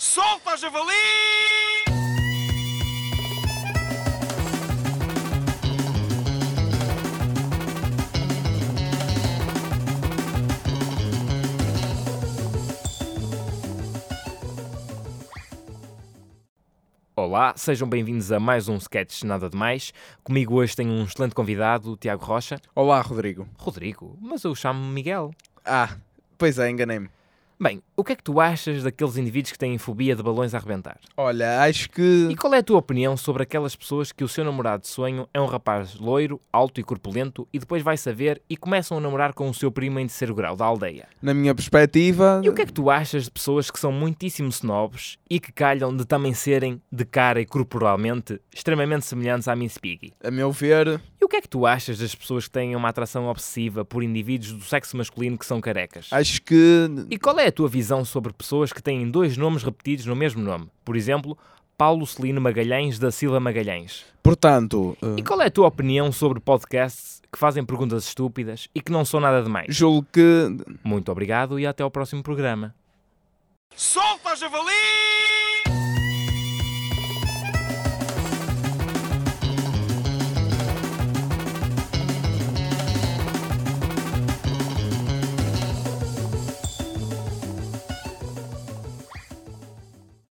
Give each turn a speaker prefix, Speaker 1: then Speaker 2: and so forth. Speaker 1: Solta, javali!
Speaker 2: Olá, sejam bem-vindos a mais um Sketch Nada Demais. Comigo hoje tenho um excelente convidado, o Tiago Rocha.
Speaker 3: Olá, Rodrigo.
Speaker 2: Rodrigo, mas eu chamo-me Miguel.
Speaker 3: Ah, pois é, enganei-me.
Speaker 2: Bem, o que é que tu achas daqueles indivíduos que têm fobia de balões a arrebentar?
Speaker 3: Olha, acho que.
Speaker 2: E qual é a tua opinião sobre aquelas pessoas que o seu namorado de sonho é um rapaz loiro, alto e corpulento e depois vai saber e começam a namorar com o seu primo em terceiro grau da aldeia?
Speaker 3: Na minha perspectiva.
Speaker 2: E o que é que tu achas de pessoas que são muitíssimo snobs e que calham de também serem, de cara e corporalmente, extremamente semelhantes à Miss Piggy?
Speaker 3: A meu ver.
Speaker 2: E o que é que tu achas das pessoas que têm uma atração obsessiva por indivíduos do sexo masculino que são carecas?
Speaker 3: Acho que.
Speaker 2: E qual é a tua visão sobre pessoas que têm dois nomes repetidos no mesmo nome? Por exemplo, Paulo Celino Magalhães da Silva Magalhães.
Speaker 3: Portanto.
Speaker 2: E
Speaker 3: eh,
Speaker 2: qual é a tua opinião sobre podcasts que fazem perguntas estúpidas e que não são nada demais?
Speaker 3: Julgo que.
Speaker 2: Muito obrigado e até ao próximo programa.
Speaker 1: Solta, javali!